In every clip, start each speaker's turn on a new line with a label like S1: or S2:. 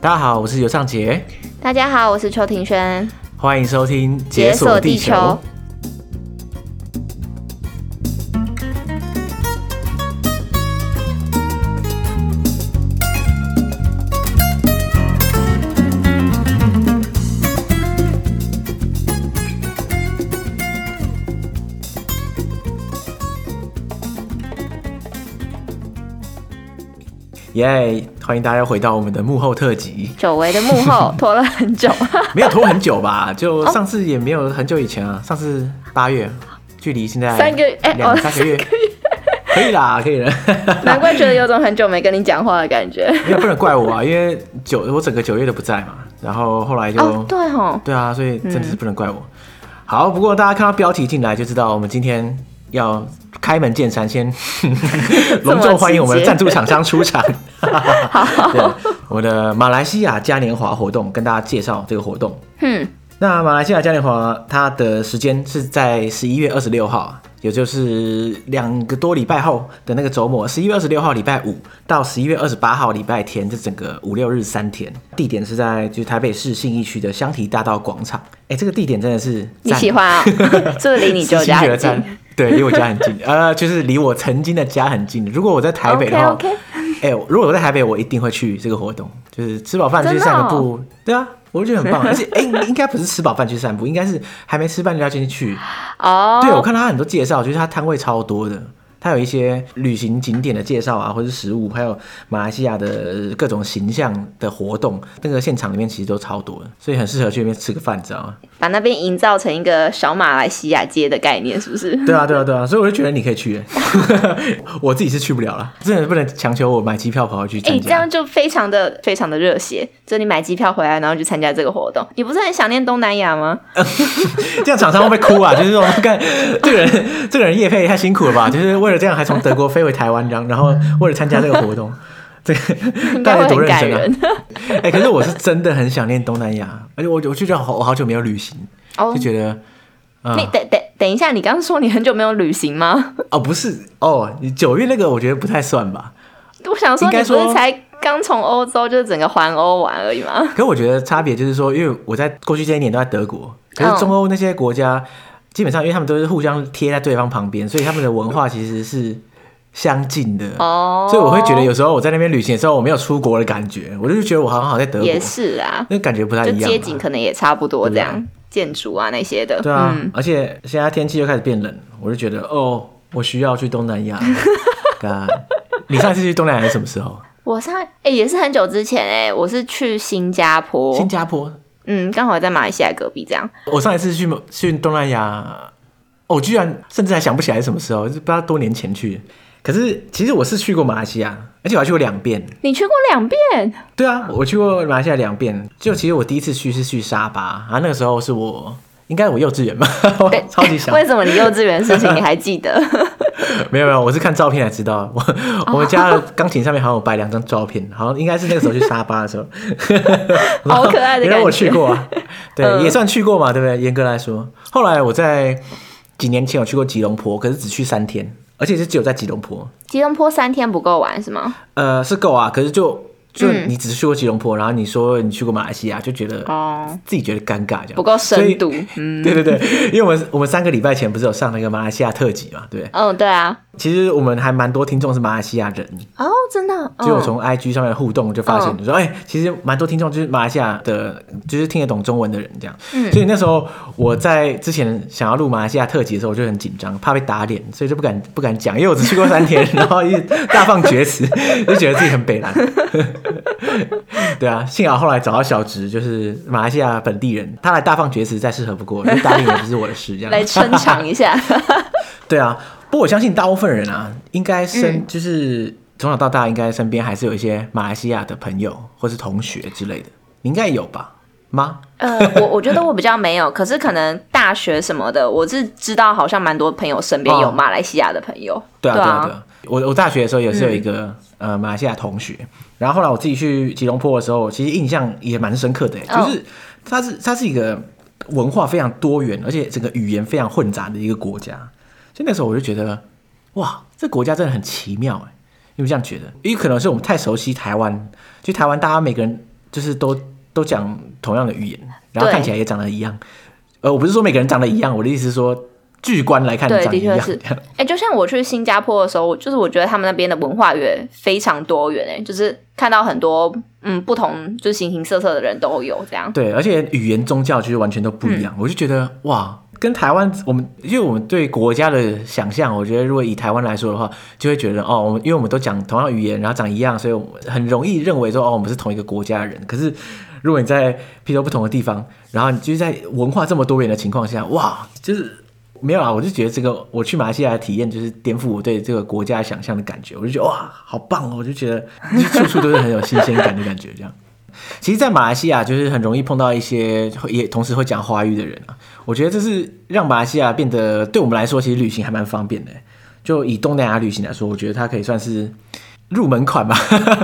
S1: 大家好，我是尤尚杰，
S2: 大家好，我是邱庭轩，
S1: 欢迎收听《
S2: 解锁地球》。
S1: 耶欢迎大家回到我们的幕后特辑，
S2: 久违的幕后拖了 很久，哎
S1: 没有拖很久
S2: 哦
S1: 吧？就上次也没有很久以前啊，上次八月，距离现在
S2: 三个月哎
S1: 两
S2: 哦
S1: 三个月，可以啦， 可以了。
S2: 难怪觉得有种很久没跟你讲话的感觉。
S1: 没有不能怪我啊，因为九我整个九月都不在嘛，然后后来就、
S2: 哦，嗯对吼，
S1: 对啊，所以真的是不能怪我。好，不过大家看到标题进来就知道，我们今天要开门见 山，先隆重欢迎我们的赞助厂商出场。 对，我们的马来西亚嘉年华活动，跟大家介绍这个活动。
S2: 嗯，
S1: 那马来西亚嘉年华它的时间是在十一月二十六号，也就是两个多礼拜后的那个周末，十一月二十六号礼拜五到十一月二十八号礼拜天，这整个五六日三天，地点是在就是台北市信义区的香堤大道广场。哎，这个地点真的是
S2: 你
S1: 赞
S2: 喜 欢啊？是不是离你舅家
S1: 思新觉得
S2: 很
S1: 赞
S2: 近？
S1: 对，离我家很近，呃，就是离我曾经的家很近。如果我在台北的话，哎
S2: OK，OK
S1: 如果我在台北，我一定会去这个活动，就是吃饱饭
S2: 真
S1: 去
S2: 的
S1: 散个
S2: 哦
S1: 步。对啊，我就觉得 很棒，而且哎、应该不是吃饱饭去散步，应该是还没吃饭就要先去。
S2: 哦，
S1: 对，我看到他很多介绍，就是他摊位超多的。他有一些旅行景点的介绍啊，或者是食物，还有马来西亚的各种形象的活动，那个现场里面其实都超多的，所以很适合去那边吃个饭，知道吗？
S2: 把那边营造成一个小马来西亚街的概念，是不 是？
S1: 对啊，对啊，对啊，所以我就觉得你可以去耶， 我自己是去不了了，真的不能强求我买机票跑回去
S2: 哎、
S1: 参
S2: 这
S1: 加。
S2: 样就非常的非常的热血。就你买机票回来，然后去参加这个活动，你不是很想念东南亚吗？
S1: 这样厂商会不会哭啊？就是说，看这个人，这个人叶配太辛苦了 吧？就是为了这样还从德国飞回台湾，然后然后为了参加这个活 动，这个
S2: 应该
S1: 大
S2: 会
S1: 家多
S2: 很
S1: 认
S2: 感
S1: 真
S2: 人
S1: 啊！。哎、可是我是真的很想念东南亚，而且我我就觉得好我好久没有旅行，
S2: 哦
S1: 就觉得。嗯
S2: 你等等等一下，你刚刚说你很久没有旅行吗？
S1: 哦，不是哦，你九月那个我觉得不太算吧，
S2: 我想说，
S1: 应
S2: 你
S1: 该
S2: 不
S1: 说
S2: 是才刚从欧洲就是整个环欧玩而已 吗？
S1: 可我觉得差别就是说，因为我在过去这一年都在德国，可是中欧那些国
S2: 哦
S1: 家、基本上，因为他们都是互相贴在对方旁边，所以他们的文化其实是相近的。
S2: 哦，
S1: 所以我会觉得有时候我在那边旅行的时候，我没有出国的感觉，我就觉得我好像好像在德国
S2: 也，是啊，
S1: 那感觉不太
S2: 就
S1: 一样
S2: 街
S1: 吧。
S2: 景可能也差不多
S1: 对不
S2: 这
S1: 对
S2: 样，建筑啊那些的。
S1: 对啊，
S2: 嗯，
S1: 而且现在天气又开始变冷，我就觉得哦，我需要去东南 亚。干你上一次去东南亚是什么时候？
S2: 我上哎、也是很久之前哎、我是去新加坡，
S1: 新加坡。
S2: 嗯，刚好在马来西亚隔壁这样。
S1: 我上一次去去东南亚，哦我居然甚至还想不起来是什么时候，就是不知道多年前去。可是其实我是去过马来西亚，而且我还去过两遍。
S2: 你去过两遍，
S1: 对啊，我去过马来西亚两遍。就其实我第一次去是去沙巴啊，那个时候是我应该我幼稚园吧， 我超级小。
S2: 为什么你幼稚园的 事情你还记得？
S1: 没有没有，我是看照片才知道。 我我们家的钢琴上面好像有摆两张照片，好像应该是那个时候去沙巴的时候。
S2: 好可爱的感觉
S1: 原来我去过 啊，对，
S2: 嗯
S1: 也算去过嘛，对不对？严格来说，后来我在几年前有去过吉隆坡，可是只去三天，而且是只有在吉隆坡。
S2: 吉隆坡三天不够玩是 吗？
S1: 呃，是够啊，可是就就
S2: 嗯
S1: 你只去过吉隆坡，然后你说你去过马来西亚，就觉得
S2: 哦，
S1: 自己觉得尴尬，这样
S2: 不够深。
S1: 所
S2: 度
S1: 以。
S2: 嗯
S1: 对对对，因为我们我们三个礼拜前不是有上那个马来西亚特辑嘛，对不对，
S2: 嗯，对啊。
S1: 其实我们还蛮多听众是马来西亚人，
S2: 哦，真的。
S1: 就我
S2: 嗯
S1: 从 IG 上面的互动就发现，就说哎、其实蛮多听众就是马来西亚的，就是听得懂中文的人这样。
S2: 嗯
S1: 所以那时候我在之前想要录马来西亚特辑的时候，我就很紧张，怕被打脸，所以就不敢不敢讲，因为我只去过三天， 然后一直大放厥词，就觉得自己很北蓝。 对啊，幸好后来找到小植，就是马来西亚本地人，他来大放厥词再适合不过，就打脸也不是我的事，这样
S2: 来撑场 一下。
S1: 对啊，不过我相信大部分人啊，应该身、就是从小到大，应该身边还是有一些马来西亚的朋友或是同学之类的，你应该有吧？吗？
S2: 呃，我我觉得我比较没有，可是可能大学什么的，我是知道，好像蛮多朋友身边有
S1: 哦
S2: 马来西亚的朋友。
S1: 对啊，对啊，对
S2: 啊，嗯
S1: 啊。我我大学的时候也是有一个、呃马来西亚同学，然后后来我自己去吉隆坡的时候，其实印象也蛮深刻的，欸
S2: 哦
S1: 就是它是它是一个文化非常多元，而且整个语言非常混杂的一个国家，所以那时候我就觉得哇，这国家真的欸很奇妙哎，你们这样觉得？因为可能是我们太熟悉台湾，就台湾大家每个人。就是都都讲同样的语言，然后看起来也长得一样。呃，我不是说每个人长得一样，我的意思是说。巨观来看，
S2: 对，
S1: 长
S2: 的
S1: 一
S2: 确
S1: 样
S2: 是。哎、就像我去新加坡的时候，我就是我觉得他们那边的文化也非常多元、哎，就是看到很多嗯不同，就是形形色色的人都有这样。
S1: 对，而且语言、宗教其实完全都不一样。我就觉得哇，跟台湾我们，因为我们对国家的想象，我觉得如果以台湾来说的话，就会觉得哦，我们因为我们都讲同样语言，然后长一样，所以我们很容易认为说哦，我们是同一个国家的人。可是如果你在譬如不同的地方，然后你就是在文化这么多元的情况下，哇，就是。没有啊，我就觉得这个我去马来西亚的体验就是颠覆我对这个国家想象的感觉，我就觉得哇，好棒哦！我就觉得就处处都是很有新鲜感的感觉，这样。其实，在马来西亚就是很容易碰到一些会也同时会讲华语的人啊。我觉得这是让马来西亚变得对我们来说，其实旅行还蛮方便的欸。就以东南亚旅行来说，我觉得它可以算是入门款吧，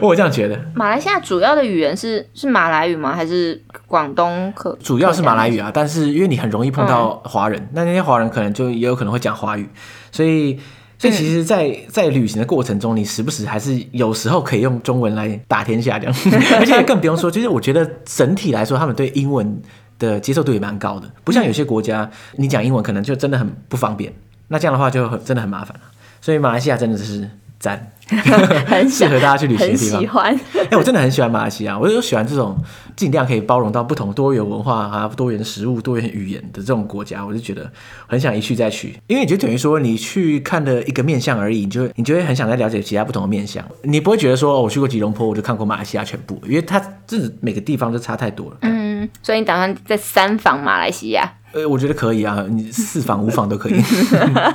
S1: 我这样觉得。
S2: 马来西亚主要的语言是是马来语吗？还是广东客？
S1: 主要是马来语啊，但是因为你很容易碰到
S2: 嗯
S1: 华人，那那些华人可能就也有可能会讲华语，所以所以
S2: 嗯
S1: 其实在，在旅行的过程中，你时不时还是有时候可以用中文来打天下这样， 而且更不用说，就是我觉得整体来说，他们对英文的接受度也蛮高的，不像有些国家，你讲英文可能就真的很不方便，那这样的话就很真的很麻烦了、啊所以马来西亚真的是赞，
S2: 很
S1: 适
S2: 想
S1: 合大家去旅行的
S2: 很
S1: 地方
S2: 喜。欢。
S1: 哎、我真的很喜欢马来西亚，我就喜欢这种尽量可以包容到不同多元文化啊、多元食物、多元语言的这种国家，我就觉得很想一去再去，因为你就等于说你去看的一个面相而已，你就会你就会很想再了解其他不同的面相，你不会觉得说、哦、我去过吉隆坡，我就看过马来西亚全部，因为它这每个地方都差太多了。
S2: 嗯，所以你打算在三访马来西亚？
S1: 呃，我觉得可以啊，你四访五访都可以，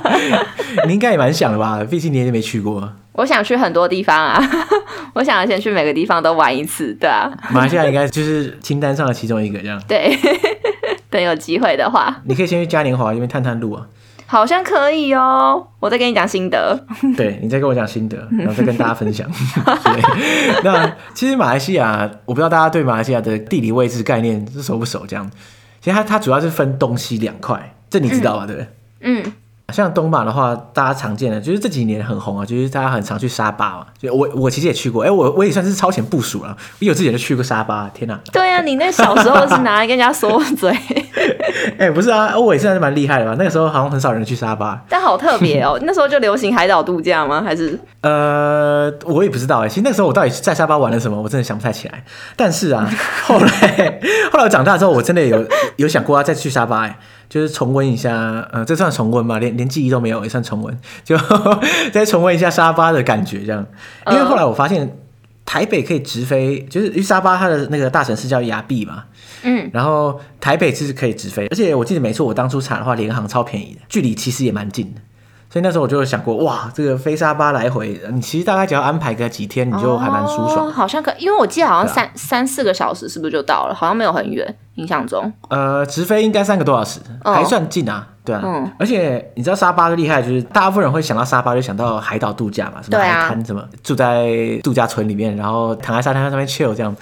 S1: 你应该也蛮想的吧？毕竟你也没去过，
S2: 我想去很多地方啊， 我想要先去每个地方都玩一次，对啊，
S1: 马来西亚应该就是清单上的其中一个这样。
S2: 对， 等有机会的话，
S1: 你可以先去嘉年华那边探探路啊。
S2: 好像可以哦。我再跟你讲心得，
S1: 对你再跟我讲心得，然后再跟大家分享。对，那其实马来西亚，我不知道大家对马来西亚的地理位置概念是熟不熟？这样，其实它它主要是分东西两块，这你知道吧？对不对？
S2: 嗯，
S1: 像东马的话，大家常见的就是这几年很红啊，就是大家很常去沙巴嘛。就我我其实也去过，哎、我我也算是超前部署了，因为我之前就去过沙巴。天哪、
S2: 对啊，你那小时候是拿来跟人家说嘴，
S1: 哎、不是啊，我也算是蛮厉害的吧？那个时候好像很少人去沙巴，
S2: 但好特别 哦。那时候就流行海岛度假吗？还是
S1: 呃，我也不知道哎、其实那个时候我到底在沙巴玩了什么，我真的想不太起来。但是啊，后来后来我长大之后，我真的有有想过要再去沙巴哎、就是重温一下，呃，这算重温吗？连连记忆都没有，也算重温， 就再重温一下沙巴的感觉这样。因为后来我发现台北可以直飞，就是因为沙巴它的那个大城市叫雅庇嘛，
S2: 嗯，
S1: 然后台北是可以直飞，而且我记得没错，我当初查的话，联航超便宜的，距离其实也蛮近的。所以那时候我就有想过，哇，这个飞沙巴来回，呃你其实大概只要安排个几天，你就还蛮舒爽。
S2: 哦好像可，因为我记得好像
S1: 对啊
S2: 三、三四个小时是不是就到了？好像没有很远，印象中。
S1: 呃，直飞应该三个多小时，
S2: 哦
S1: 还算近啊。对啊，
S2: 嗯
S1: 而且你知道沙巴最厉害的就是，大部分人会想到沙巴就想到海岛度假嘛，什么
S2: 对
S1: 海
S2: 啊
S1: 滩，什么住在度假村里面，然后躺在沙滩上面 chill 这样。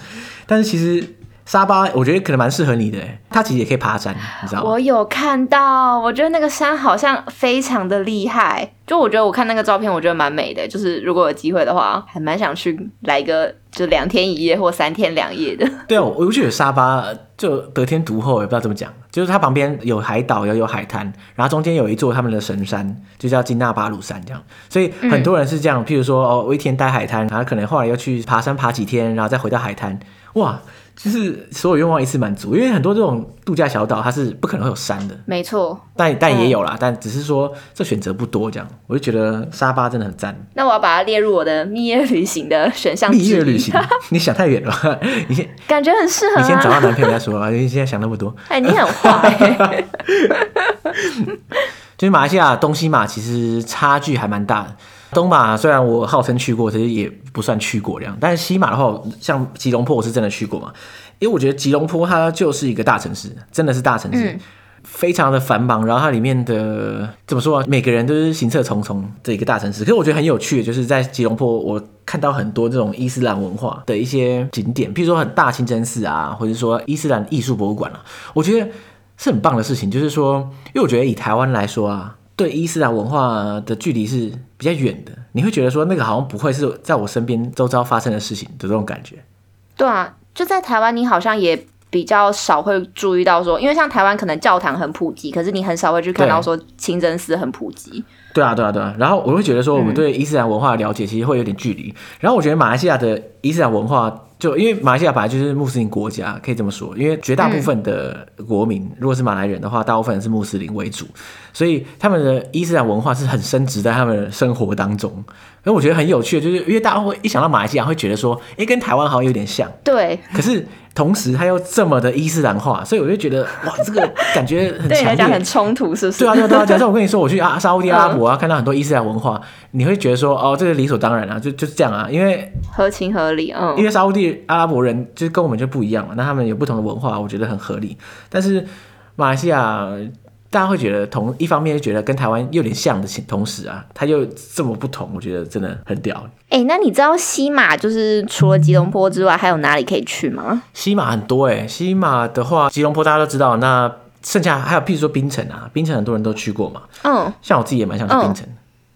S1: 但是其实沙巴我觉得可能蛮适合你的，欸它其实也可以爬山，你知道吗？
S2: 我有看到，我觉得那个山好像非常的厉害。就我觉得我看那个照片，我觉得蛮美的。就是如果有机会的话，还蛮想去来个就两天一夜或三天两夜的。
S1: 对啊，我我觉得沙巴就得天独厚，也不知道怎么讲，就是它旁边有海岛，也有海滩，然后中间有一座他们的神山，就叫金纳巴鲁山这样。所以很多人是这样，譬如说哦，我一天待海滩，然后可能后来又去爬山爬几天，然后再回到海滩，哇，就是所有愿望一次满足。因为很多这种度假小岛它是不可能会有山的，
S2: 没错，
S1: 但但也有啦，但只是说这选择不多这样。我就觉得沙巴真的很赞。
S2: 那我要把它列入我的蜜月旅行的选项之一。
S1: 蜜月旅行， 你想太远了吧， 你先
S2: 感觉很适合
S1: 你先找
S2: 啊。
S1: 到男朋友再说啊，你现在想那么多。
S2: 哎、你很坏、 欸。
S1: 就是马来西亚东西马其实差距还蛮大的。东马虽然我号称去过，其实也不算去过这样。但是西马的话，像吉隆坡我是真的去过嘛，因为我觉得吉隆坡它就是一个大城市，真的是大城市，非常的繁忙。然后它里面的怎么说啊，每个人都是行色匆匆的一个大城市。可是我觉得很有趣的，就是在吉隆坡我看到很多这种伊斯兰文化的一些景点，譬如说很大清真寺啊，或者说伊斯兰艺术博物馆啊，我觉得是很棒的事情。就是说，因为我觉得以台湾来说啊，对伊斯兰文化的距离是比较远的，你会觉得说那个好像不会是在我身边周遭发生的事情的这种感觉。
S2: 对啊，就在台湾，你好像也比较少会注意到说，因为像台湾可能教堂很普及，可是你很少会去看到说清真寺很普及。
S1: 对啊，对啊，对啊。然后我会觉得说，我们对伊斯兰文化的了解其实会有点距离。然后我觉得马来西亚的伊斯兰文化，就因为马来西亚本来就是穆斯林国家，可以这么说。因为绝大部分的国民，如果是马来人的话，大部分是穆斯林为主，所以他们的伊斯兰文化是很深植在他们的生活当中。而我觉得很有趣的，就是因为大家会一想到马来西亚，会觉得说，诶，跟台湾好像有点像。
S2: 对，
S1: 可是同时它又这么的伊斯兰化，所以我就觉得哇，这个感觉很
S2: 对你来
S1: 强
S2: 讲
S1: 烈
S2: 很。冲突，是不是？
S1: 对啊，对啊，对啊！假设我跟你说我去阿沙乌地阿拉伯啊，看到很多伊斯兰文化，你会觉得说哦，这是理所当然啊，就就是这样啊，因为
S2: 合情合理，嗯
S1: 因，为沙乌地阿拉伯人就是跟我们就不一样嘛，那他们有不同的文化，我觉得很合理。但是马来西亚大家会觉得同一方面就觉得跟台湾有点像的情同时啊，它又这么不同，我觉得真的很屌。
S2: 哎、那你知道西马就是除了吉隆坡之外，还有哪里可以去吗？
S1: 西马很多哎、西马的话，吉隆坡大家都知道，那剩下还有譬如说槟城啊，槟城很多人都去过嘛，
S2: 嗯，
S1: 像我自己也蛮想去槟城，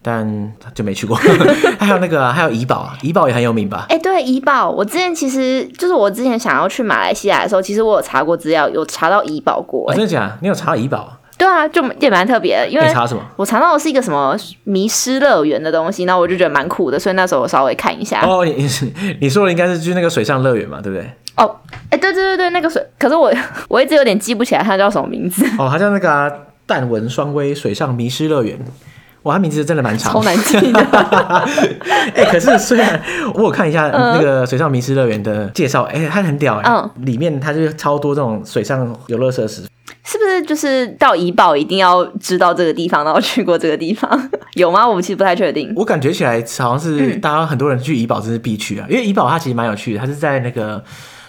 S1: 但就没去过。 还有那个啊、还有怡保啊，怡保也很有名吧？
S2: 哎、对，怡保，我之前其实就是我之前想要去马来西亚的时候，其实我有查过资料，有查到怡保过、
S1: 我、
S2: 哎、
S1: 哦真的假的？你有查到怡保啊？
S2: 对啊，就也蛮特别的，因
S1: 你
S2: 为
S1: 查什么？
S2: 我查到的是一个什么迷失乐园的东西，然后我就觉得蛮酷的，所以那时候我稍微看一下。哦，
S1: 哦，你 你你说的应该是去那个水上乐园嘛，对 不对？
S2: 哎、对对对对，那个水，可是我我一直有点记不起来它叫什么名字，
S1: 哦，它叫那个啊、淡文双威水上迷失乐园。哇，它名字真的蛮长
S2: 超
S1: 的。
S2: 难记的。
S1: 哎、可是虽然我有看一下
S2: 嗯
S1: 那个水上迷失乐园的介绍，哎、它很屌哎、里面它就是超多这种水上游乐设施，
S2: 是不是就是到怡保一定要知道这个地方，然后去过这个地方， 有吗？我其实不太确定。
S1: 我感觉起来好像
S2: 嗯
S1: 是大家很多人去怡保真是必去啊，因为怡保它其实蛮有趣的，它是在那个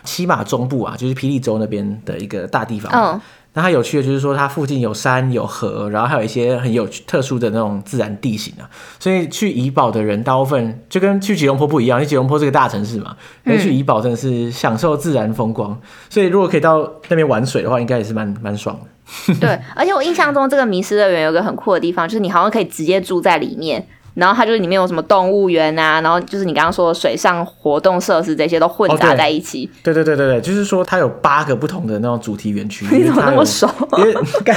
S1: 西马中部啊，就是霹雳州那边的一个大地方。
S2: 嗯，
S1: 那它有趣的就是说，它附近有山有河，然后还有一些很有趣特殊的那种自然地形啊。所以去怡保的人大部分就跟去吉隆坡不一样，因为吉隆坡是个大城市嘛，
S2: 嗯
S1: 可是去怡保真的是享受自然风光。所以如果可以到那边玩水的话，应该也是蛮蛮爽的。
S2: 对，而且我印象中这个迷失乐园有个很酷的地方，就是你好像可以直接住在里面，然后它就是里面有什么动物园啊，然后就是你刚刚说的水上活动设施这些都混
S1: 哦
S2: 杂
S1: 对
S2: 在一起。
S1: 对对对对对，就是说它有八个不同的那种主题园区。
S2: 你怎
S1: 因为
S2: 么那
S1: 它
S2: 么
S1: 有
S2: 熟？
S1: 因为干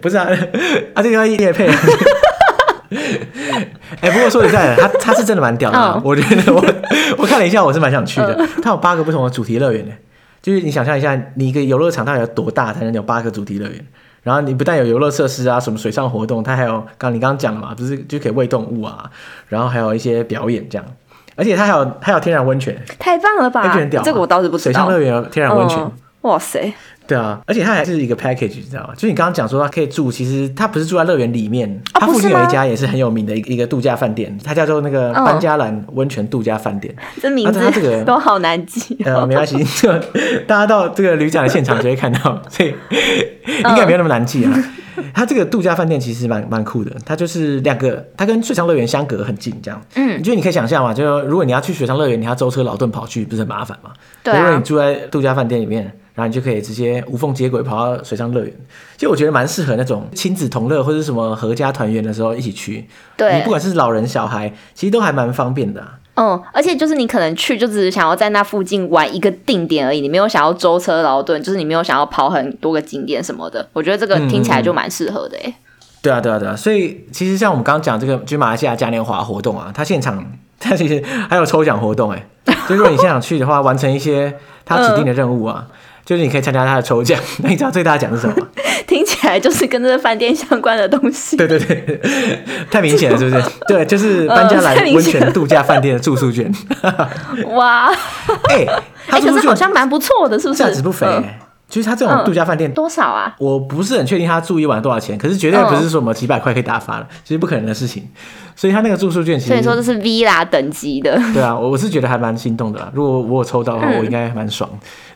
S1: 不是啊， 啊 这个要叶配。哎、不过说实在的，他他是真的蛮屌的啊、
S2: 嗯
S1: 我觉得我我看了一下，我是蛮想去的。它有八个不同的主题乐园呢，就是你想象一下，你一个游乐场到底有多大才能有八个主题乐园？然后你不但有游乐设施啊，什么水上活动，它还有刚你刚刚讲了嘛，不是就可以喂动物啊，然后还有一些表演这样，而且它还有还有天然温泉，
S2: 太棒了
S1: 哎
S2: 吧
S1: 这很屌啊！
S2: 这个我倒是不知
S1: 水上
S2: 道
S1: 乐。园有天然温泉，
S2: 嗯，哇塞，
S1: 对啊，而且它还是一个 package，你知道吗？就是你刚刚讲说它可以住，其实它不是住在乐园里面，
S2: 啊
S1: 它附近
S2: 不是
S1: 有
S2: 吗
S1: 一家也是很有名的一个一个度假饭店，它叫做那个
S2: 嗯
S1: 班加兰温泉度假饭店。
S2: 这名
S1: 啊对它这
S2: 字
S1: 个
S2: 都好难记哦。
S1: 呃，没关系，就大家到这个旅展的现场就会看到，所以
S2: 嗯
S1: 应该没有那么难记啊。它这个度假饭店其实蛮蛮酷的，它就是两个，它跟水上乐园相隔很近，这样。
S2: 嗯，
S1: 就是你可以想象嘛，就如果你要去水上乐园，你要舟车劳顿跑去，不是很麻烦嘛？
S2: 对啊
S1: 如果你住在度假饭店里面，然后你就可以直接无缝接轨跑到水上乐园。其实我觉得蛮适合那种亲子同乐或者是什么合家团圆的时候一起去。
S2: 对
S1: 你不管是老人小孩，其实都还蛮方便的啊、
S2: 嗯，而且就是你可能去就只是想要在那附近玩一个定点而已，你没有想要舟车劳顿，就是你没有想要跑很多个景点什么的。我觉得这
S1: 嗯
S2: 个听起来就蛮适合的、欸，
S1: 对啊，对啊，对啊，所以其实像我们刚刚讲这个，就马来西亚嘉年华活动啊，它现场 它其实还有抽奖活动、欸， 哎，就如果你现场去的话，完成一些它指定
S2: 嗯
S1: 的任务啊，就是你可以参加它的抽奖。 那你知道最大的奖是什么吗？
S2: 听起来就是跟这个饭店相关的东西。
S1: 对对对，太明显了，是不是？对，就是搬家来
S2: 呃太明
S1: 温
S2: 显
S1: 泉度假饭店的住宿 券。
S2: 哇，
S1: 哎、它
S2: 哎、
S1: 住
S2: 可
S1: 宿
S2: 是好
S1: 券
S2: 像蛮不错的，是不是？
S1: 价值不菲、
S2: 嗯
S1: 欸，就是它这种度假饭店
S2: 多少啊？
S1: 我不是很确定他住一晚多少钱，可是绝对
S2: 嗯
S1: 不是说什么几百块可以打发了，其实不可能的事情。所以他那个住宿券其实，
S2: 所以说这是 villa 等级的，
S1: 对啊，我我是觉得还蛮心动的啦。如果我有抽到的话，我应该蛮爽。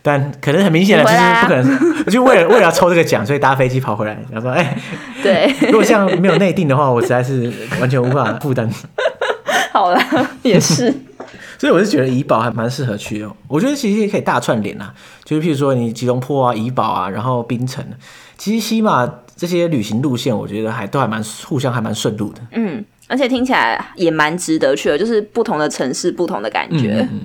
S1: 但可能很明显的
S2: 嗯你
S1: 就
S2: 回来
S1: 是
S2: 啊
S1: 不可能，就为了为了要抽这个奖，所以搭飞机跑回来，然后说，哎、
S2: 对，
S1: 如果像没有内定的话，我实在是完全无法负担。
S2: 好了，也是，
S1: 所以我是觉得怡保还蛮适合去的。我觉得其实也可以大串联啊，就是譬如说你吉隆坡啊、怡保啊，然后槟城，其实西马这些旅行路线，我觉得还都还蛮互相还蛮顺路的。
S2: 嗯，而且听起来也蛮值得去的，就是不同的城市，不同的感觉。
S1: 嗯，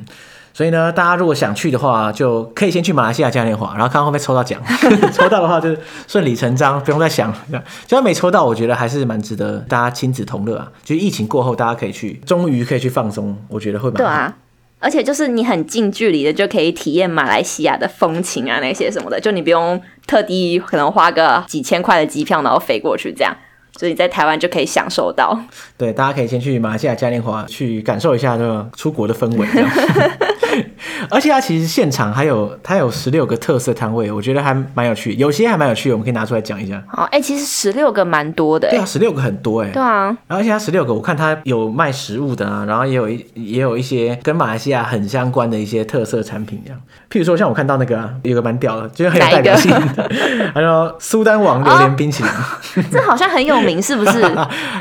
S1: 所以呢，大家如果想去的话，就可以先去马来西亚嘉年华，然后看会不会抽到奖。 抽到的话就是顺理成章，不用再想了。这样，就算没抽到，我觉得还是蛮值得大家亲子同乐啊。就是疫情过后，大家可以去，终于可以去放松，我觉得会蛮好。
S2: 对啊，而且就是你很近距离的就可以体验马来西亚的风情啊，那些什么的，就你不用特地可能花个几千块的机票，然后飞过去这样。所以你在台湾就可以享受到。
S1: 对，大家可以先去马来西亚嘉年华去感受一下这个出国的氛围。这样 而且它其实现场还有它有十六个特色摊位，我觉得还蛮有趣，有些还蛮有趣的，我们可以拿出来讲一下。
S2: 哦，哎、其实十六个蛮多的、
S1: 啊对
S2: 欸
S1: 啊，。十六个很多哎、
S2: 对啊，
S1: 然后而且它十六个，我看它有卖食物的啊，然后也有一也有一些跟马来西亚很相关的一些特色产品，这样。譬如说，像我看到那个、啊、有个蛮屌的，就是很有
S2: 哪一
S1: 代
S2: 个
S1: 表性的，他 说苏丹王榴莲冰淇淋。
S2: 这好像很有名，是不是？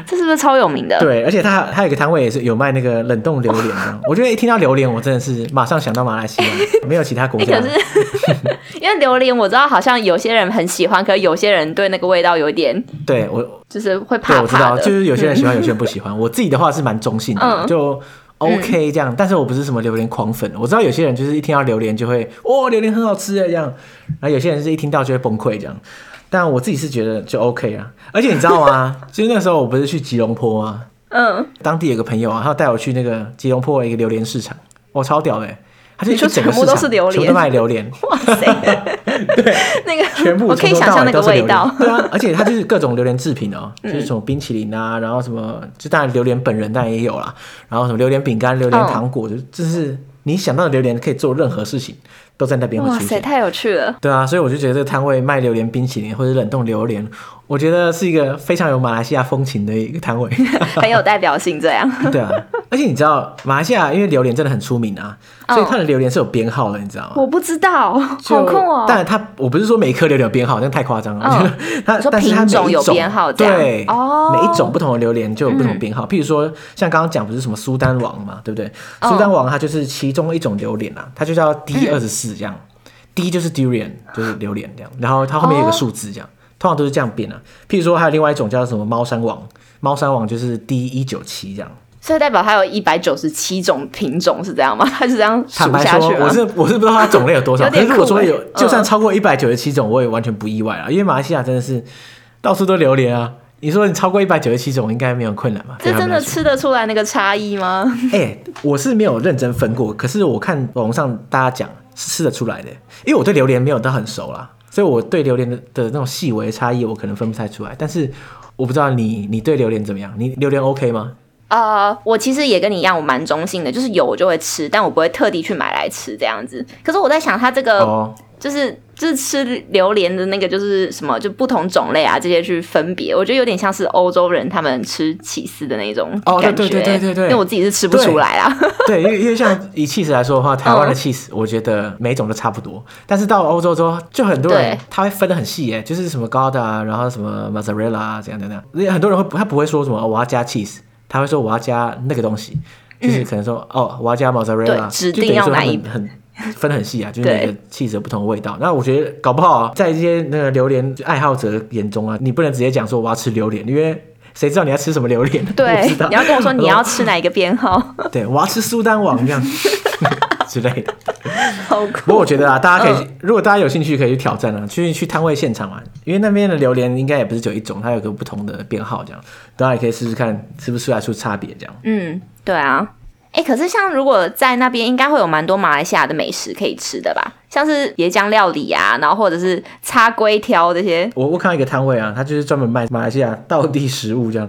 S2: 这是不是超有名的？
S1: 对，而且它它有一个摊位也是有卖那个冷冻榴莲的。我觉得一听到榴莲，我真的是马上想到马来 西亚，没有其他国
S2: 哎、
S1: 家。
S2: 可是 因为榴莲，我知道好像有些人很喜欢，可是有些人对那个味道有一点
S1: 对我，
S2: 就是会
S1: 对
S2: 怕
S1: 我知
S2: 怕
S1: 道，
S2: 的。
S1: 就是有些人喜 欢，有些人不喜欢。我自己的话是蛮中性的，
S2: 嗯
S1: 就 OK 这样。但是我不是什么榴莲狂粉，我知道有些人就是一听到榴莲就会，哦，榴莲很好吃哎这样，然后有些人是一听到就会崩溃这样。但我自己是觉得就 OK 啊，而且你知道吗？ 就是那时候我不是去吉隆坡吗？
S2: 嗯，
S1: 当地有个朋友啊，他带我去那个吉隆坡的一个榴莲市场，哇，超屌的欸！他就
S2: 你说
S1: 一整个
S2: 全
S1: 市
S2: 部都
S1: 场
S2: 是榴
S1: 全部
S2: 莲
S1: 都卖榴莲，
S2: 哇塞， 那个
S1: 全部
S2: 我哦可以
S1: 从头
S2: 想
S1: 到尾
S2: 象那
S1: 都
S2: 个
S1: 是
S2: 味
S1: 榴莲。
S2: 道嗯
S1: 对啊，而且它就是各种榴莲制品哦，就是什么冰淇淋啊，然后什么，就当然榴莲本人当然也有啦，然后什么榴莲饼干、榴莲
S2: 嗯
S1: 糖果，就就是你想到的榴莲可以做任何事情，都在那边会
S2: 哇
S1: 出
S2: 塞，
S1: 现。
S2: 太有趣了！
S1: 对啊，所以我就觉得这个摊位卖榴莲冰淇淋或者冷冻榴莲，我觉得是一个非常有马来西亚风情的一个 摊位。
S2: 很有代表性，这 样
S1: 对啊，而且你知道马来西亚因为榴莲真的很出名啊，
S2: 嗯
S1: 所以它的榴莲是有编号的，你知道吗？
S2: 我不知道，
S1: 就
S2: 好酷哦！
S1: 但它我不是说每一颗榴莲有编号，那太夸张了。
S2: 嗯
S1: 我觉得它
S2: 你说
S1: 但是它
S2: 品种
S1: 每一
S2: 有编号这样
S1: 对，
S2: 哦嗯
S1: 每一种不同的榴莲就有不同编号。譬如说像刚刚讲不是什么苏丹王嘛，对不对？
S2: 哦嗯
S1: 苏丹王它就是其中一种榴莲啊，它就叫 D 二十四这样、d 就是 durian 就是榴莲这样，然后它后面有一个
S2: 哦
S1: 数字这样。通常都是这样编啊，譬如说还有另外一种叫什么猫山王，猫山王就是 D 一九七这样，
S2: 所以代表它有一百九十七种品种，是这样吗？它就这样数
S1: 坦白
S2: 下
S1: 说
S2: 去，吗啊
S1: 我？是我是不知道它种类有多少，
S2: 有
S1: 可是
S2: 点
S1: 如果说
S2: 酷欸
S1: 有，就算
S2: 嗯
S1: 超过一百九十七种，我也完全不意外啊，因为马来西亚真的是到处都榴莲啊。你说你超过一百九十七种，应该没有困难吧？对
S2: 这
S1: 他们
S2: 真的
S1: 来说
S2: 吃得出来那个差异吗？
S1: 哎、我是没有认真分过，可是我看网上大家讲是吃得出来的，因为我对榴莲没有到很熟啦，所以我对榴莲的的那种细微差异我可能分不太出来。但是我不知道你你对榴莲怎么样？你榴莲 OK 吗？
S2: 呃，我其实也跟你一样，我蛮中性的，就是有我就会吃，但我不会特地去买来吃这样子。可是我在想，它这个、
S1: 哦，
S2: 就是就是吃榴莲的那个就是什么，就不同种类啊这些去分别，我觉得有点像是欧洲人他们吃起司的那种
S1: 哦对
S2: 感觉。
S1: 对对对对对
S2: 因为我自己是吃不
S1: 对
S2: 出来啊啦。
S1: 对，因为因为像以 cheese 来说的话，台湾的
S2: 嗯
S1: cheese 我觉得每种都差不多，但是到欧洲之后，就很多人
S2: 对
S1: 他会分得很细耶，就是什么 Gouda，啊然后什么 mozzarella 啊，怎样怎样怎样，很多人会不他不会说什么、哦我要加 cheese，他会说我要加那个东西，就是可能说、哦我要加 mozzarella，
S2: 嗯对指
S1: 就等
S2: 定
S1: 于
S2: 要
S1: 说他
S2: 哪一
S1: 们很。分得很细啊，就是每
S2: 对
S1: 个 cheese 有不同的味道。那我觉得搞不好、啊、在一些那个榴莲爱好者眼中啊，你不能直接讲说我要吃榴莲，因为谁知道你要吃什么榴莲？ 我不
S2: 对
S1: 知道，
S2: 你要跟我说 你要吃哪一个编号，
S1: 对，我要吃苏丹王这样 之类的。
S2: 好酷。
S1: 不过我觉得啊，大家可以去，如果大家有兴趣，可以去挑战啊，去去摊位现场玩，因为那边的榴莲应该也不是只有一种，它有个不同的编号这样，大家也可以试试看吃不吃得出差别这样。
S2: 嗯，对啊。哎、可是像如果在那边，应该会有蛮多马来西亚的美食可以吃的吧？像是椰浆料理啊，然后或者是叉龟挑这些。
S1: 我我看到一个摊位啊，它就是专门卖马来西亚道地食物这样。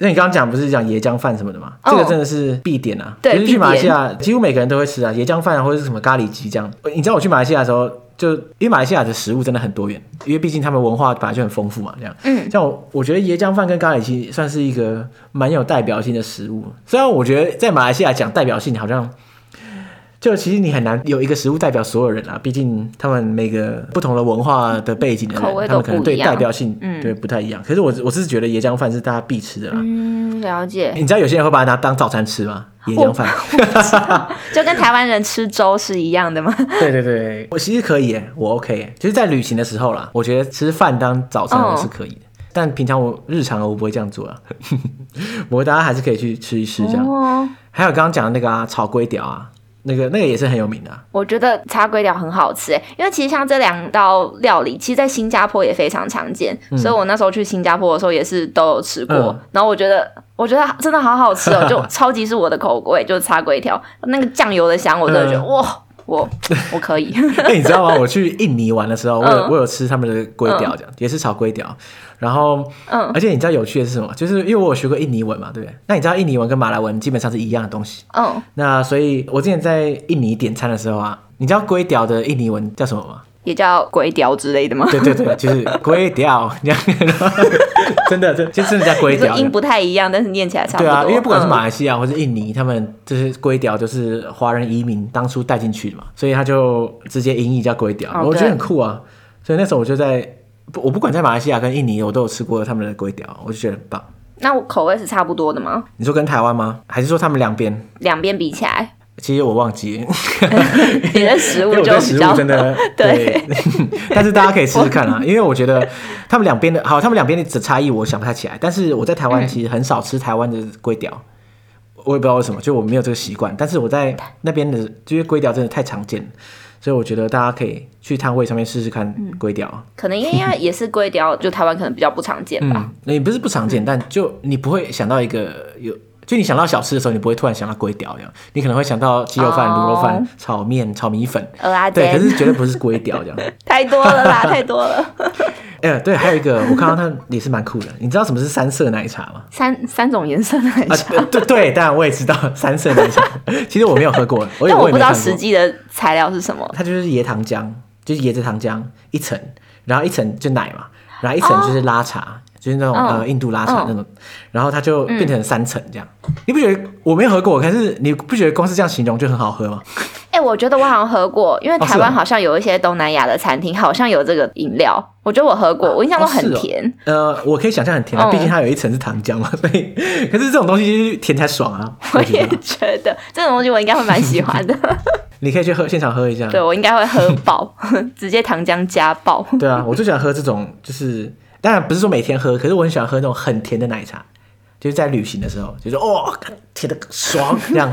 S1: 那你刚刚讲不是讲椰浆饭什么的嘛？
S2: 哦
S1: 这个真的是必点啊！
S2: 对
S1: 就是去
S2: 必点
S1: 马来西亚，几乎每个人都会吃啊，椰浆饭啊或者是什么咖喱鸡这样。你知道我去马来西亚的时候，就因为马来西亚的食物真的很多元，因为毕竟他们文化本来就很丰富嘛，这样。
S2: 嗯，
S1: 像我我觉得椰浆饭跟咖喱鸡算是一个蛮有代表性的食物，虽然我觉得在马来西亚讲代表性好像。就其实你很难有一个食物代表所有人啊，毕竟他们每个不同的文化的背景的人，
S2: 口味
S1: 他
S2: 都
S1: 们可能
S2: 不一
S1: 对
S2: 样
S1: 代表性
S2: 嗯
S1: 对不太一样。可是我我是觉得椰浆饭是大家必吃的啦。
S2: 嗯，了解。
S1: 你知道有些人会把它拿当早餐吃吗？椰浆 饭，
S2: 就跟台湾人吃粥是一样的吗？
S1: 对对对，我其实可以耶，我 OK，耶就是在旅行的时候啦，我觉得吃饭当早餐
S2: 哦
S1: 我是可以的，但平常我日常我不会这样做啊。 不过大家还是可以去吃一吃这样。
S2: 哦，
S1: 还有刚刚讲的那个啊，炒龟屌啊，那个那个也是很有名的啊、
S2: 我觉得叉龟料很好吃诶，因为其实像这两道料理，其实在新加坡也非常常见，所以我那时候去新加坡的时候也是都有吃过。
S1: 嗯
S2: 然后我觉得，我觉得真的好好吃 哦，就超级是我的口味，就是叉龟条那个酱油的香，我真的觉得、
S1: 嗯
S2: 哇，我我 可以。
S1: 那哎你知道吗？我去印尼玩的时候，我有、
S2: 嗯
S1: 我有吃他们的龟雕，这样、也是炒龟雕。然后，
S2: 嗯
S1: 而且你知道有趣的是什么？就是因为我有学过印尼文嘛，对不对？那你知道印尼文跟马来文基本上是一样的东西。
S2: 嗯，
S1: 那所以，我之前在印尼点餐的时候啊，你知道龟雕的印尼文叫什么吗？
S2: 也叫龟雕之类的吗？
S1: 对对对，就是龟雕，这样 真的，真就真的叫龟
S2: 你说
S1: 雕。
S2: 音不太一样，但是念起来差不
S1: 对
S2: 多。
S1: 啊，因为不管是马
S2: 嗯
S1: 来西亚或是印尼，他们这些龟雕就是华人移民当初带进去的嘛，所以他就直接音译叫龟雕，
S2: 哦
S1: 我觉得
S2: 对
S1: 很酷啊。所以那时候我就在，不我不管在马来西亚跟印尼，我都有吃过他们的龟雕，我就觉得很棒。
S2: 那我口味是差不多的吗？
S1: 你说跟台湾吗？还是说他们两边？
S2: 两边比起来，
S1: 其实我忘记了，
S2: 你的食
S1: 因
S2: 物
S1: 为我
S2: 就
S1: 对
S2: 比
S1: 食
S2: 较
S1: 物真的
S2: 对，
S1: 但是大家可以试试看啊，因为我觉得他们两边的好，他们两边的只差异我想不太起来，但是我在台湾其实很少吃台湾的龟雕，我也不知道为什么，就我没有这个习惯，但是我在那边的，因为龟雕真的太常见了，所以我觉得大家可以去摊位上面试试看龟雕。
S2: 可能因为也是龟雕，就台湾可能比较不常见吧。
S1: 嗯，也不是不常见，但就你不会想到一个有，就你想到小吃的时候，你不会突然想到龟雕一样，你可能会想到鸡肉饭、
S2: 哦
S1: 卤肉饭、炒面、炒米粉，
S2: 蚵仔
S1: 嗯对，可
S2: 煎
S1: 是绝对不是龟雕这样。
S2: 太多 了啦，太多了。
S1: 哎、对，还有一 个，我看到它也是蛮酷的。你知道什么是三色奶茶吗？
S2: 三三种颜色的奶
S1: 啊
S2: 茶，，
S1: 对对对，当然我也知道 三色奶茶，其实我没有喝过，我也
S2: 但
S1: 我
S2: 我
S1: 也
S2: 不
S1: 没
S2: 知道
S1: 看
S2: 实
S1: 过。
S2: 际的材料是什么。
S1: 它就是椰糖浆，就是椰子糖浆一层，然后一层就奶嘛，然后一层就是拉茶，就是那种、
S2: 嗯
S1: 呃印度拉茶
S2: 嗯
S1: 那种，然后它就变成三层这样。你不觉得我没有喝过，可是你不觉得光是这样形容就很好喝吗？
S2: 哎、我觉得我好像喝过，因为台
S1: 哦
S2: 湾
S1: 是哦
S2: 好像有一些东南亚的餐厅好像有这个饮料，我觉得我喝过，
S1: 哦
S2: 我印象中很甜。
S1: 呃，我可以想象很甜啊，
S2: 嗯
S1: 毕竟它有一层是糖浆嘛，所以可是这种东西就是甜才爽啊。
S2: 我
S1: 我觉
S2: 也
S1: 得
S2: 觉得这种东西我应该会蛮喜欢 的，
S1: 你可以去喝现场喝一下。
S2: 对我应该会喝爆， 直接糖浆加爆。
S1: 对啊，我就喜欢喝这种，就是当然不是说每天喝，可是我很喜欢喝那种很甜的奶茶，就是在旅行的时候，就是哦，甜的爽这 样。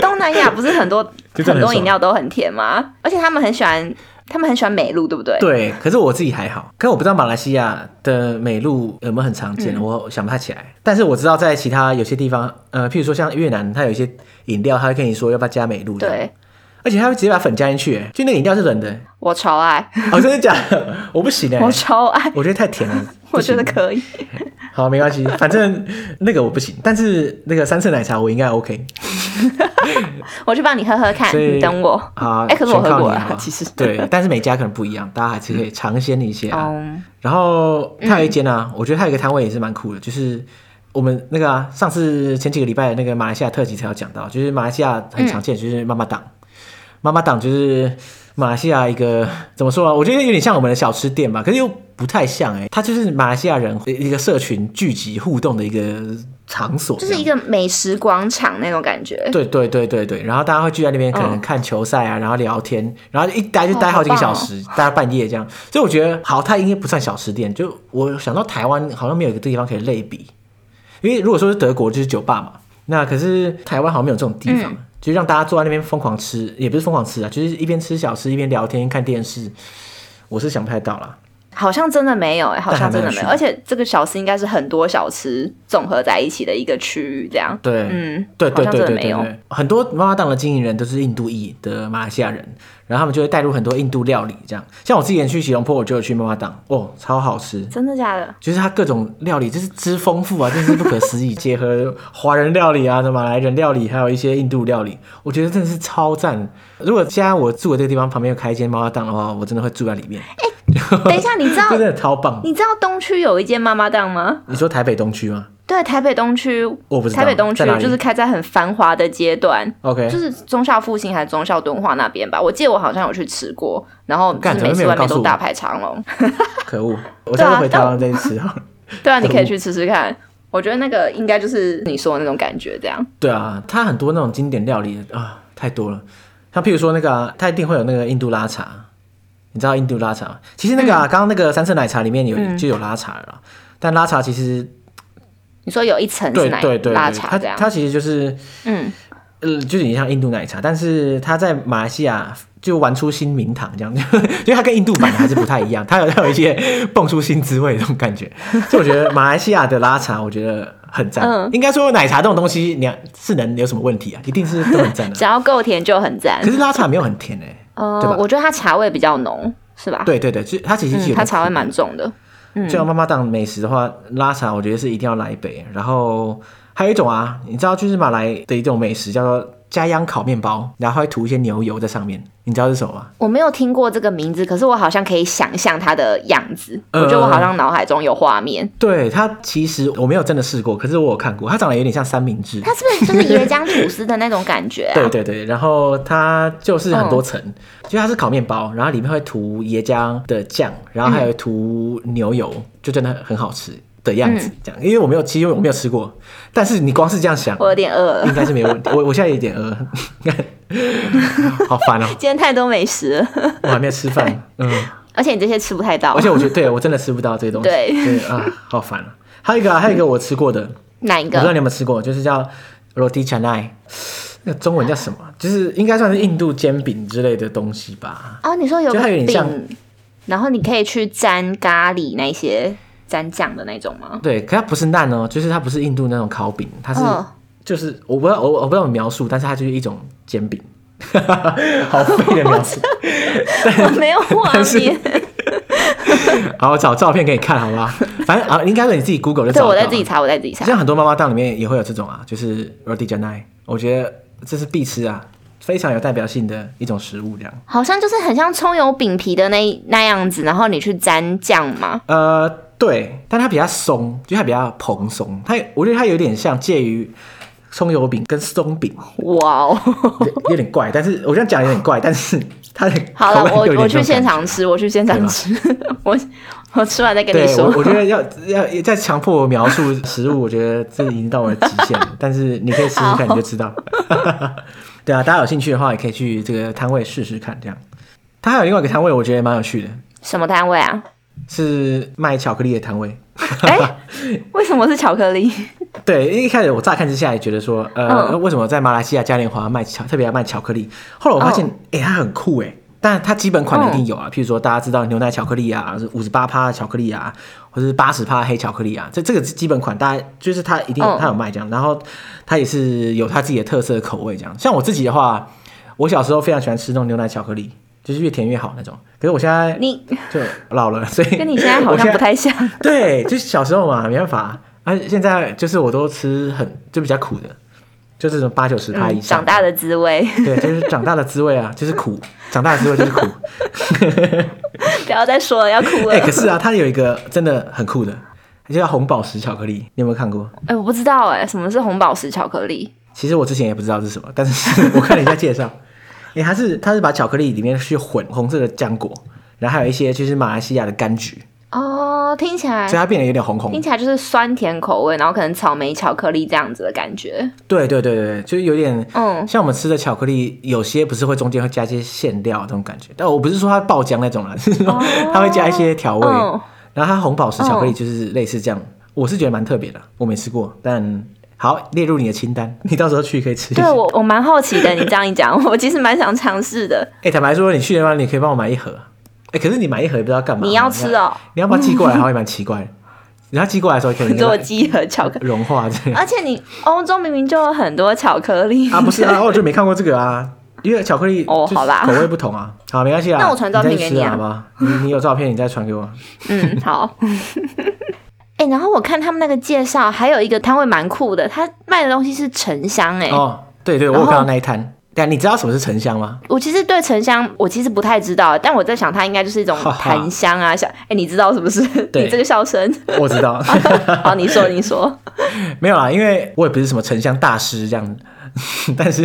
S2: 东南亚不是很多
S1: 就真的很
S2: 很多
S1: 爽
S2: 饮料都很甜吗？而且他们很喜欢，他们很喜欢美露，对不对？
S1: 对，可是我自己还好，可是我不知道马来西亚的美露有没有很常见，
S2: 嗯
S1: 我想不太起来。但是我知道在其他有些地方，呃，譬如说像越南，它有一些饮料，它会跟你说要不要加美露，
S2: 对，，
S1: 而且它会直接把粉加进去，哎就那个饮料是冷的， 哎
S2: 我超爱，
S1: 哦，真的假的？我不行哎，
S2: 我超爱，
S1: 我觉得太甜了，
S2: 我觉得
S1: 不行
S2: 可以。
S1: 好，没关系，反正那个我不行，但是那个三色奶茶我应该 OK。
S2: 我去帮你喝喝看，
S1: 所以
S2: 你等我。
S1: 啊，
S2: 哎可是我
S1: 全靠
S2: 喝过
S1: 你
S2: 了
S1: 好吧
S2: 其实 哦
S1: 对，但是每家可能不一样，大家还是可以尝鲜一些啊。
S2: 嗯，
S1: 然后它有一间啊，我觉得它有一个摊位也是蛮酷的，就是我们那个啊，上次前几个礼拜的那个马来西亚特辑才有讲到，就是马来西亚很
S2: 嗯
S1: 常见，就是妈妈档，妈妈档就是马来西亚一个怎么说啊？我觉得有点像我们的小吃店吧，可是又不太像哎、它就是马来西亚人一个社群聚集互动的一个场所，
S2: 就是一个美食广场那种感觉。
S1: 对对对对对，然后大家会聚在那边，可能
S2: 嗯
S1: 看球赛啊，然后聊天，然后一待就
S2: 哦
S1: 待好几个
S2: 好
S1: 小
S2: 棒哦
S1: 时，待到半夜这样。所以我觉得，好，它应该不算小吃店。就我想到台湾好像没有一个地方可以类比，因为如果说是德国就是酒吧嘛，那可是台湾好像没有这种地
S2: 嗯
S1: 方，就让大家坐在那边疯狂吃，也不是疯狂吃啊，就是一边吃小吃一边聊天看电视，我是想不太到啦。
S2: 好像真的没有哎、好像真的
S1: 但
S2: 没
S1: 还
S2: 有，
S1: 蛮有
S2: 而且这个小吃应该是很多小吃综合在一起的一个区域，这样。
S1: 对，
S2: 嗯，
S1: 对对
S2: 好像
S1: 对
S2: 真
S1: 对
S2: 的没
S1: 对
S2: 有。
S1: 对，很多妈妈档的经营人都是印度裔的马来西亚人，然后他们就会带入很多印度料理，这样。像我之前去吉隆坡，我就有去妈妈档，哦，超好吃。
S2: 真的假的？
S1: 就是它各种料理，就是之丰富啊，真是不可思议！结合华人料理啊、马来人料理，还有一些印度料理，我觉得真的是超赞。如果现在我住的这个地方旁边有开一间妈妈档的话，我真的会住在里面，
S2: 哦等一下，你 知道
S1: 这真的超棒。
S2: 你知道东区有一间妈妈档吗？
S1: 你说台北东区吗
S2: 对，台北东区，
S1: 我不知道
S2: 台北东区
S1: 在哪里
S2: 就是开在很繁华的阶段，
S1: ？OK，
S2: 就是中校复兴还是中校敦化那边吧。我记得我好像有去吃过，然后就
S1: 干
S2: 是
S1: 怎么没
S2: 每次
S1: 有
S2: 外
S1: 告
S2: 面
S1: 诉
S2: 都
S1: 我
S2: 大排长龙。
S1: 可恶！我
S2: 啊
S1: 下次回台湾再去吃好了。
S2: 对啊，你可以去吃吃看。我觉得那个应该就是你说的那种感觉，这样。
S1: 对啊，它很多那种经典料理啊，太多了。像譬如说那个、啊，它一定会有那个印度拉茶，你知道印度拉茶吗？其实那
S2: 嗯
S1: 个啊，刚刚那个三色奶茶里面有、就有拉茶了啦，但拉茶其实
S2: 你说有一层
S1: 对
S2: 是奶
S1: 对对对，
S2: 拉
S1: 它
S2: 茶这样，
S1: 它其实就是
S2: 嗯，
S1: 呃，就有点像印度奶茶，但是它在马来西亚就玩出新名堂，这样， 就它跟印度版的还是不太一样，它有它有一些蹦出新滋味的这种感觉。 所以我觉得马来西亚的拉茶，我觉得很赞。
S2: 嗯
S1: 应该说奶茶这种东西，你是能有什么问题啊？一定是都很赞
S2: 只
S1: 的。
S2: 要够甜就很赞
S1: 可。是拉茶没有很甜哎、
S2: 哦
S1: 对吧，
S2: 我觉得它茶味比较浓，是吧？，
S1: 对对对，就它其实是
S2: 嗯，
S1: 有
S2: 它
S1: 点
S2: 茶味
S1: 苦
S2: 蛮嗯重的。
S1: 就像妈妈档美食的话，拉茶我觉得是一定要来一杯。然后还有一种啊，你知道就是马来的一种美食叫做家央烤面包，然后还涂一些牛油在上面，你知道是什么吗？
S2: 我没有听过这个名字，可是我好像可以想象它的样子。
S1: 嗯
S2: 我觉得我好像脑海中有画面。
S1: 对，它其实我没有真的试过，可是我有看过，它长得有点像三明治。
S2: 它是不是就是椰浆吐司的那种感觉 啊？
S1: 对
S2: 嗯
S1: 对对，然后它就是很多层，就它是烤面包，然后里面会涂椰浆的酱，然后还有涂牛油，就真的很好吃的样
S2: 嗯
S1: 子。这样，因为我没有，其实我没有吃过，但是你光是这样想，
S2: 我有点饿
S1: 应
S2: 了，
S1: 该是没问题。我我现在有点饿， 好烦哦、
S2: 今天太多美食了，
S1: 我还没有吃饭。嗯，
S2: 而且你这些吃不太到。
S1: 而且我觉得，对我真的吃不到这些东西。
S2: 对
S1: 啊，好烦啊。还有一个啊、还有一个我吃过的，
S2: 哪一
S1: 我不知道
S2: 个？
S1: 你有没有吃过，就是叫 roti canai，那中文叫什么？就是应该算是印度煎饼之类的东西吧。
S2: 哦，你说有
S1: 就
S2: 个
S1: 它有点像
S2: 饼，然后你可以去沾咖喱那些沾酱的那种吗？
S1: 对，可它不是难哦，就是它不是印度那种烤饼，它是、
S2: 嗯
S1: 就是我不知道我我不知道怎么描述，但是它就是一种煎饼， 好废的描述。
S2: 我 没有画
S1: 但是
S2: 面，
S1: 好，我找照片给你看，好不好？反正啊，应该是你自己 Google 就
S2: 对，
S1: 找
S2: 我
S1: 得到。
S2: 在自己查，我在自己查。
S1: 像很多妈妈档里面也会有这种啊，就是 roti canai，我觉得这是必吃啊，非常有代表性的一种食物，这样。
S2: 好像就是很像葱油饼皮的那那样子，然后你去沾酱嘛。
S1: 呃，对，但它比较松，就它比较蓬松，它我觉得它有点像介于葱油饼跟松饼，
S2: 哇 哦！
S1: 对有点怪，但是我这样讲有点怪，但是它的
S2: 好了，
S1: 口感
S2: 我
S1: 有点
S2: 我
S1: 这
S2: 去
S1: 种
S2: 现
S1: 感觉。
S2: 场吃，我去现场吃， 我我吃完再跟你
S1: 啊对，
S2: 说。
S1: 我我觉得要要再强迫我描述食物，我觉得这已经到我的极限了。但是你可以试试看，你就知道。 对啊，大家有兴趣的话，也可以去这个摊位试试看。这样，它还有另外一个摊位，我觉得蛮有趣的，
S2: 什么摊位 啊？
S1: 是卖巧克力的摊位。
S2: 哎、为什么是巧克力？
S1: 对，因为一开始我乍看之下也觉得说，呃，
S2: 嗯
S1: 为什么在马来西亚嘉年华卖巧，特别要卖巧克力？后来我
S2: 哦
S1: 发现，哎、它很酷哎、但它基本款的一定
S2: 嗯
S1: 有啊，譬如说大家知道牛奶巧克力啊，是五十八趴巧克力啊，或者是八十趴黑巧克力啊，这这个是基本款，大家就是它一定有
S2: 嗯
S1: 它有卖这样，然后它也是有它自己的特色口味这样。像我自己的话，我小时候非常喜欢吃那种牛奶巧克力，就是越甜越好那种。可是我现在
S2: 你
S1: 就老了，所以
S2: 跟你现在好
S1: 我
S2: 像不太像。
S1: 对，就是小时候嘛，没办法。而、现在就是我都吃很就比较苦的，就这种八九十趴以
S2: 嗯，
S1: 上。
S2: 长大的滋味，
S1: 对，就是长大的滋味啊，就是苦，长大的滋味就是苦。
S2: 不要再说了，要哭了。
S1: 哎、可是啊，它有一个真的很酷的，它叫红宝石巧克力，你有没有看过？
S2: 哎、我不知道哎、什么是红宝石巧克力？
S1: 其实我之前也不知道是什么，但是我看人家介绍， 哎、它是它是把巧克力里面去混红色的浆果，然后还有一些就是马来西亚的柑橘，
S2: 哦，听起来
S1: 所以它变得有点红红的
S2: 听起来就是酸甜口味，然后可能草莓巧克力这样子的感觉。
S1: 对对对对，就是有点，
S2: 嗯
S1: 像我们吃的巧克力，有些不是会中间会加一些馅料这种感觉，但我不是说它爆浆那种啦， 是说它会加一些调味，
S2: 哦嗯
S1: 然后它红宝石巧克力就是类似这样，我是觉得蛮特别的，我没吃过，但好列入你的清单，你到时候去可以吃一
S2: 对
S1: 下。
S2: 我，我蛮好奇的。你这样一 讲，我其实蛮想尝试的。
S1: 哎、坦白说，你去的话，你可以帮我买一盒，哎、可是你买一盒也不知道干嘛，
S2: 你要吃哦
S1: 你要不要寄过来，好像也蛮奇怪的，你要寄过来的时候可能
S2: 你给我寄盒巧克力，
S1: 融化这样。
S2: 而且你欧洲明明就有很多巧克力
S1: 啊，不是啊，我就没看过这个啊，因为巧克力
S2: 哦
S1: 就是
S2: 好吧
S1: 口味不同 啊，好，没关系啊，
S2: 那我传照片给
S1: 你再去
S2: 你
S1: 吃啊，
S2: 啊
S1: 好吧？你你有照片你再传给我，
S2: 嗯，好。 哎、然后我看他们那个介绍，还有一个摊位蛮酷的，他卖的东西是沉香、哎、
S1: 哦，对对，我有
S2: 然后
S1: 看到那一摊，但你知道什么是沉香 吗？
S2: 我其实对沉香我其实不太知道，但我在想它应该就是一种
S1: 哈哈
S2: 檀香啊，像哎、你知道是不是？
S1: 对
S2: 你这个 笑声，
S1: 我知道，
S2: 好，你说你说，
S1: 没有啦，因为我也不是什么沉香大师这样， 但是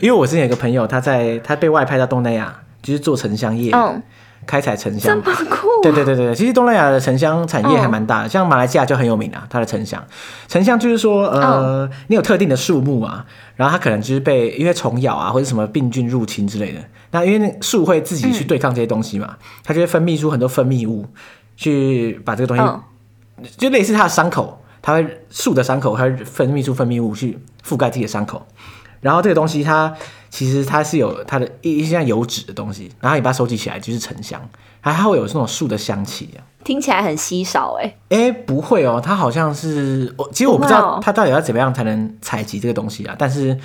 S1: 因为我之前有个朋友，他在他被外派到东南亚，就是做沉香业，
S2: 嗯，
S1: 开采沉
S2: 这
S1: 香
S2: 么
S1: 嘛。
S2: 酷，
S1: 对对对对，对其实东南亚的沉香产业还
S2: 嗯
S1: 蛮大的，像马来西亚就很有名啊，它的沉香，沉香就是说，呃，你有特定的树木啊，然后它可能就是被因为虫咬啊或者什么病菌入侵之类的，那因为那树会自己去对抗这些东西嘛，它就会分泌出很多分泌物，去把这个东西，
S2: 嗯
S1: 就类似它的伤口，它会树的伤口，它会分泌出分泌物去覆盖自己的伤口，然后这个东西它其实它是有它的一一像油脂的东西，然后你把它收集起来就是沉香，然后它会有那种树的香气啊。
S2: 听起来很稀少哎、
S1: 哎，不会哦，它好像是我，其实我不知
S2: 真的
S1: 道
S2: 哦
S1: 它到底要怎么样才能采集这个东西啊，但是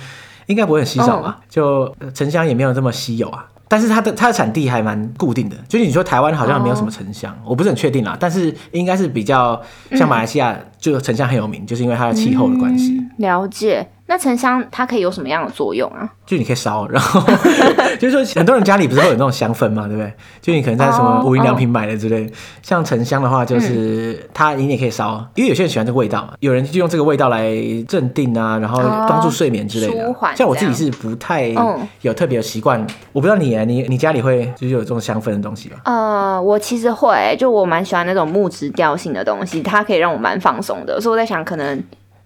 S1: 应该不会很稀少
S2: 哦
S1: 吧？就呃沉香也没有这么稀有啊。但是它的它的产地还蛮固定的，就是你说台湾好像没有什么沉
S2: 嗯
S1: 香，我不是很确定啦，但是应该是比较像马来西亚，就沉香很有名，就是因为它的气候的关系，
S2: 嗯了解。那沉香它可以有什么样的作用啊？
S1: 就你可以烧，然后 就是说很多人家里不是会有那种香氛嘛，对不对？就你可能在什么
S2: 哦
S1: 无印良品买的之类的。像沉香的话，就是、
S2: 嗯
S1: 它你也可以烧，因为有些人喜欢这个味道嘛，有人就用这个味道来镇定啊，然后
S2: 哦
S1: 帮助睡眠之类的。
S2: 舒缓
S1: 像我自己
S2: 这
S1: 是不太
S2: 嗯
S1: 有特别的习惯，我不知道你啊你你家里会就是有这种香氛的东西吗？
S2: 呃，我其实会、就我蛮喜欢那种木质调性的东西，它可以让我蛮放松的。所以我在想，可能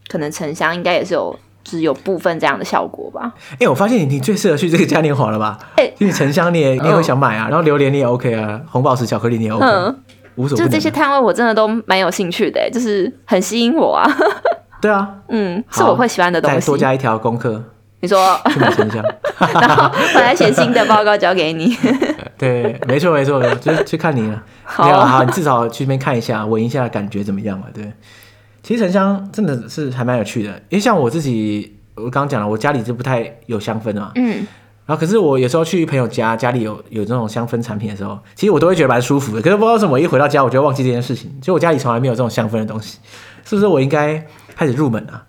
S2: 可能沉香应该也是有，就是有部分这样的效果吧。
S1: 哎、我发现你你最适合去这个嘉年华了吧？
S2: 哎
S1: 就你沉香你也你也会
S2: 嗯
S1: 想买啊，然后榴莲你也 OK 啊，红宝石巧克力你也 OK，、
S2: 嗯，
S1: 无所不
S2: 就
S1: 能啊。
S2: 这些摊位我真的都蛮有兴趣的、哎就是很吸引我啊。
S1: 对啊，
S2: 嗯，是
S1: 好
S2: 我会喜欢的东
S1: 再
S2: 西
S1: 多。加一条功课。
S2: 你说，
S1: 去买沉香。
S2: 然后我来写新的报告交 给你。
S1: 对，没错没错，没错就是就看你了。
S2: 好
S1: 没有啊，你至少去那边看一下，闻一下感觉怎么样嘛？对，其实沉香真的是还蛮有趣的，因为像我自己，我刚刚讲了，我家里就不太有香氛嘛。
S2: 嗯，
S1: 然后可是我有时候去朋友家，家里有有这种香氛产品的时候，其实我都会觉得蛮舒服的。可是不知道为什么，我一回到家我就会忘记这件事情，就我家里从来没有这种香氛的东西，是不是我应该开始入门啊？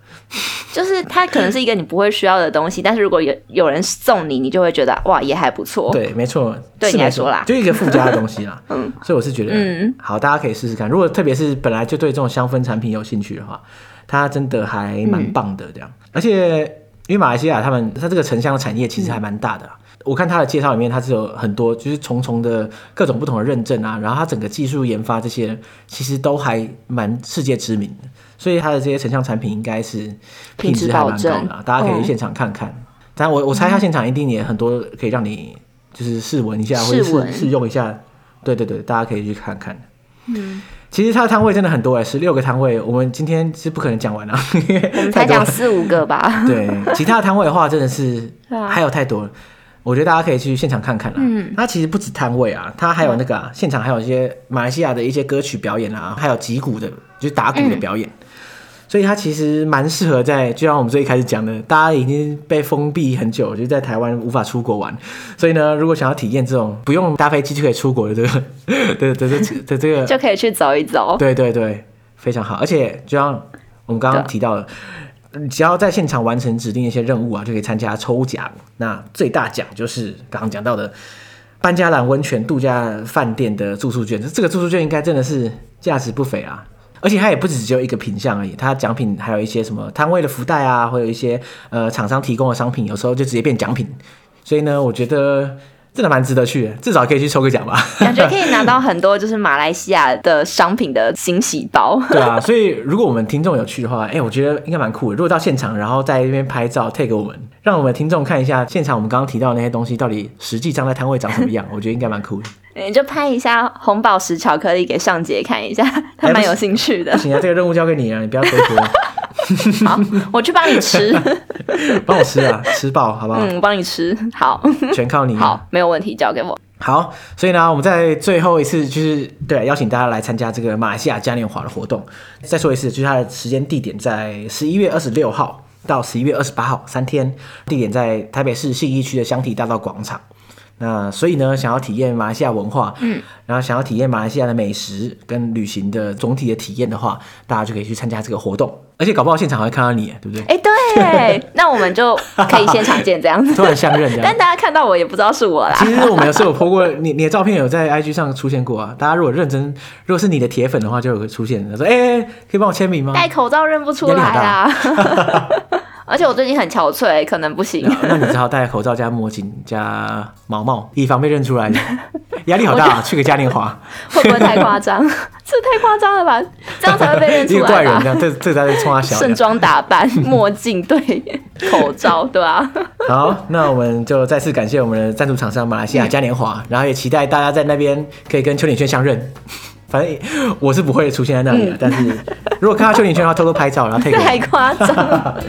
S2: 就是它可能是一个你不会需要的东西，但是如果有有人送你，你就会觉得哇，也还不错。
S1: 对，没错，
S2: 对
S1: 是
S2: 你
S1: 没
S2: 来
S1: 错
S2: 说啦
S1: 就一个附加的东西啦。
S2: 嗯，
S1: 所以我是觉得，
S2: 嗯
S1: 好，大家可以试试看。如果特别是本来就对这种香氛产品有兴趣的话，它真的还
S2: 嗯
S1: 蛮棒的这样。而且因为马来西亚他们它这个沉香的产业其
S2: 嗯
S1: 实还蛮大的啊、我看它的介绍里面，它是有很多就是重重的各种不同的认证啊，然后它整个技术研发这些其实都还蛮世界知名的，所以它的这些沉香产品应该是
S2: 品质
S1: 质还
S2: 保
S1: 蛮高的啊、
S2: 证
S1: 大家可以
S2: 嗯
S1: 去现场看看。但我我猜它现场一定也很多可以让你就是试闻一下，或者
S2: 试闻
S1: 试试用一下。对对对，大家可以去看看。嗯，其实它的摊位真的很多哎、1十六个摊位，我们今天是不可能讲完啊，因为
S2: 我们
S1: 太
S2: 才
S1: 多
S2: 讲
S1: 了。
S2: 四五个吧。
S1: 对，其他的摊位的话，真的是
S2: 对啊
S1: 还有太多了。我觉得大家可以去现场看看啦。嗯，它其实不止摊位啊，它还有那个、
S2: 嗯
S1: 啊、现场还有一些马来西亚的一些歌曲表演啊，还有击鼓的，就是打鼓
S2: 嗯
S1: 的表演。所以它其实蛮适合在，就像我们最一开始讲的，大家已经被封闭很久，就是在台湾无法出国玩。所以呢，如果想要体验这种不用搭飞机就可以出国的这个 的的的的的这个
S2: 就可以去走一走，
S1: 对对对，非常好。而且就像我们刚刚
S2: 对
S1: 提到的，嗯只要在现场完成指定一些任务啊，就可以参加抽奖。那最大奖就是刚刚讲到的班加兰温泉度假饭店的住宿券，这个住宿券应该真的是价值不菲啊。而且它也不只只有一个品项而已，它奖品还有一些什么摊位的福袋啊，或者一些呃厂商提供的商品，有时候就直接变奖品。所以呢，我觉得真的蛮值得去的，至少可以去抽个奖吧。
S2: 感觉可以拿到很多就是马来西亚的商品的惊喜包。
S1: 对啊，所以如果我们听众有去的话，哎、我觉得应该蛮酷的。如果到现场，然后在那边拍照 take 我们，让我们听众看一下现场我们刚刚提到的那些东西到底实际上在摊位长什么样，我 觉得应该蛮酷的。
S2: 你就拍一下红宝石巧克力给尚杰看一下，
S1: 哎
S2: 他蛮有兴趣的
S1: 不。行啊，这个任务交给你啊，你不要推脱，
S2: 好，我去帮你吃，
S1: 帮我吃啊，吃爆好不好？
S2: 嗯，我帮你吃，好，
S1: 全靠你。
S2: 好，没有问题，交给我。
S1: 好，所以呢，我们在最后一次就是对邀请大家来参加这个马来西亚嘉年华的活动。再说一次，就是它的时间地点在十一月二十六号到十一月二十八号三天，地点在台北市信义区的香堤大道广场。那所以呢，想要体验马来西亚文化，嗯，然后想要体验马来西亚的美食跟旅行的总体的体验的话，大家就可以去参加这个活动，而且搞不好现场还会看到你，对不对？
S2: 哎、对，那我们就可以现场见这样 子。
S1: 突然相认这样
S2: 但。大家看到我也不知道是我啦
S1: 其。实我们有时候有 po 过你你的照片有在 IG 上出现过啊。大家如果认真，如果是你的铁粉的话，就有出现他说：“哎、哎哎可以帮我签名吗
S2: 戴口罩认不出来啊。 而且我最近很憔悴，可能不行。？”
S1: 那你只好戴口罩加墨镜加毛毛，以防被认出来。 压力好大、啊，去个嘉年华，
S2: 会不会太夸张？ 这太夸张了吧？这样才会被 认
S1: 一
S2: 出
S1: 个怪
S2: 来
S1: 人这
S2: 吧？
S1: 样，这这在冲他小。
S2: 盛装打扮、墨镜、对口罩，对吧、
S1: 好，那我们就再次感谢我们的赞助厂商马来
S2: 嗯
S1: 西亚嘉年华，然后也期待大家在那边可以跟邱鼎轩相认。反正我是不
S2: 嗯
S1: 会出现在那里的，但是如果看到邱鼎轩的话，偷偷拍照，然后 take 我
S2: 太夸张了。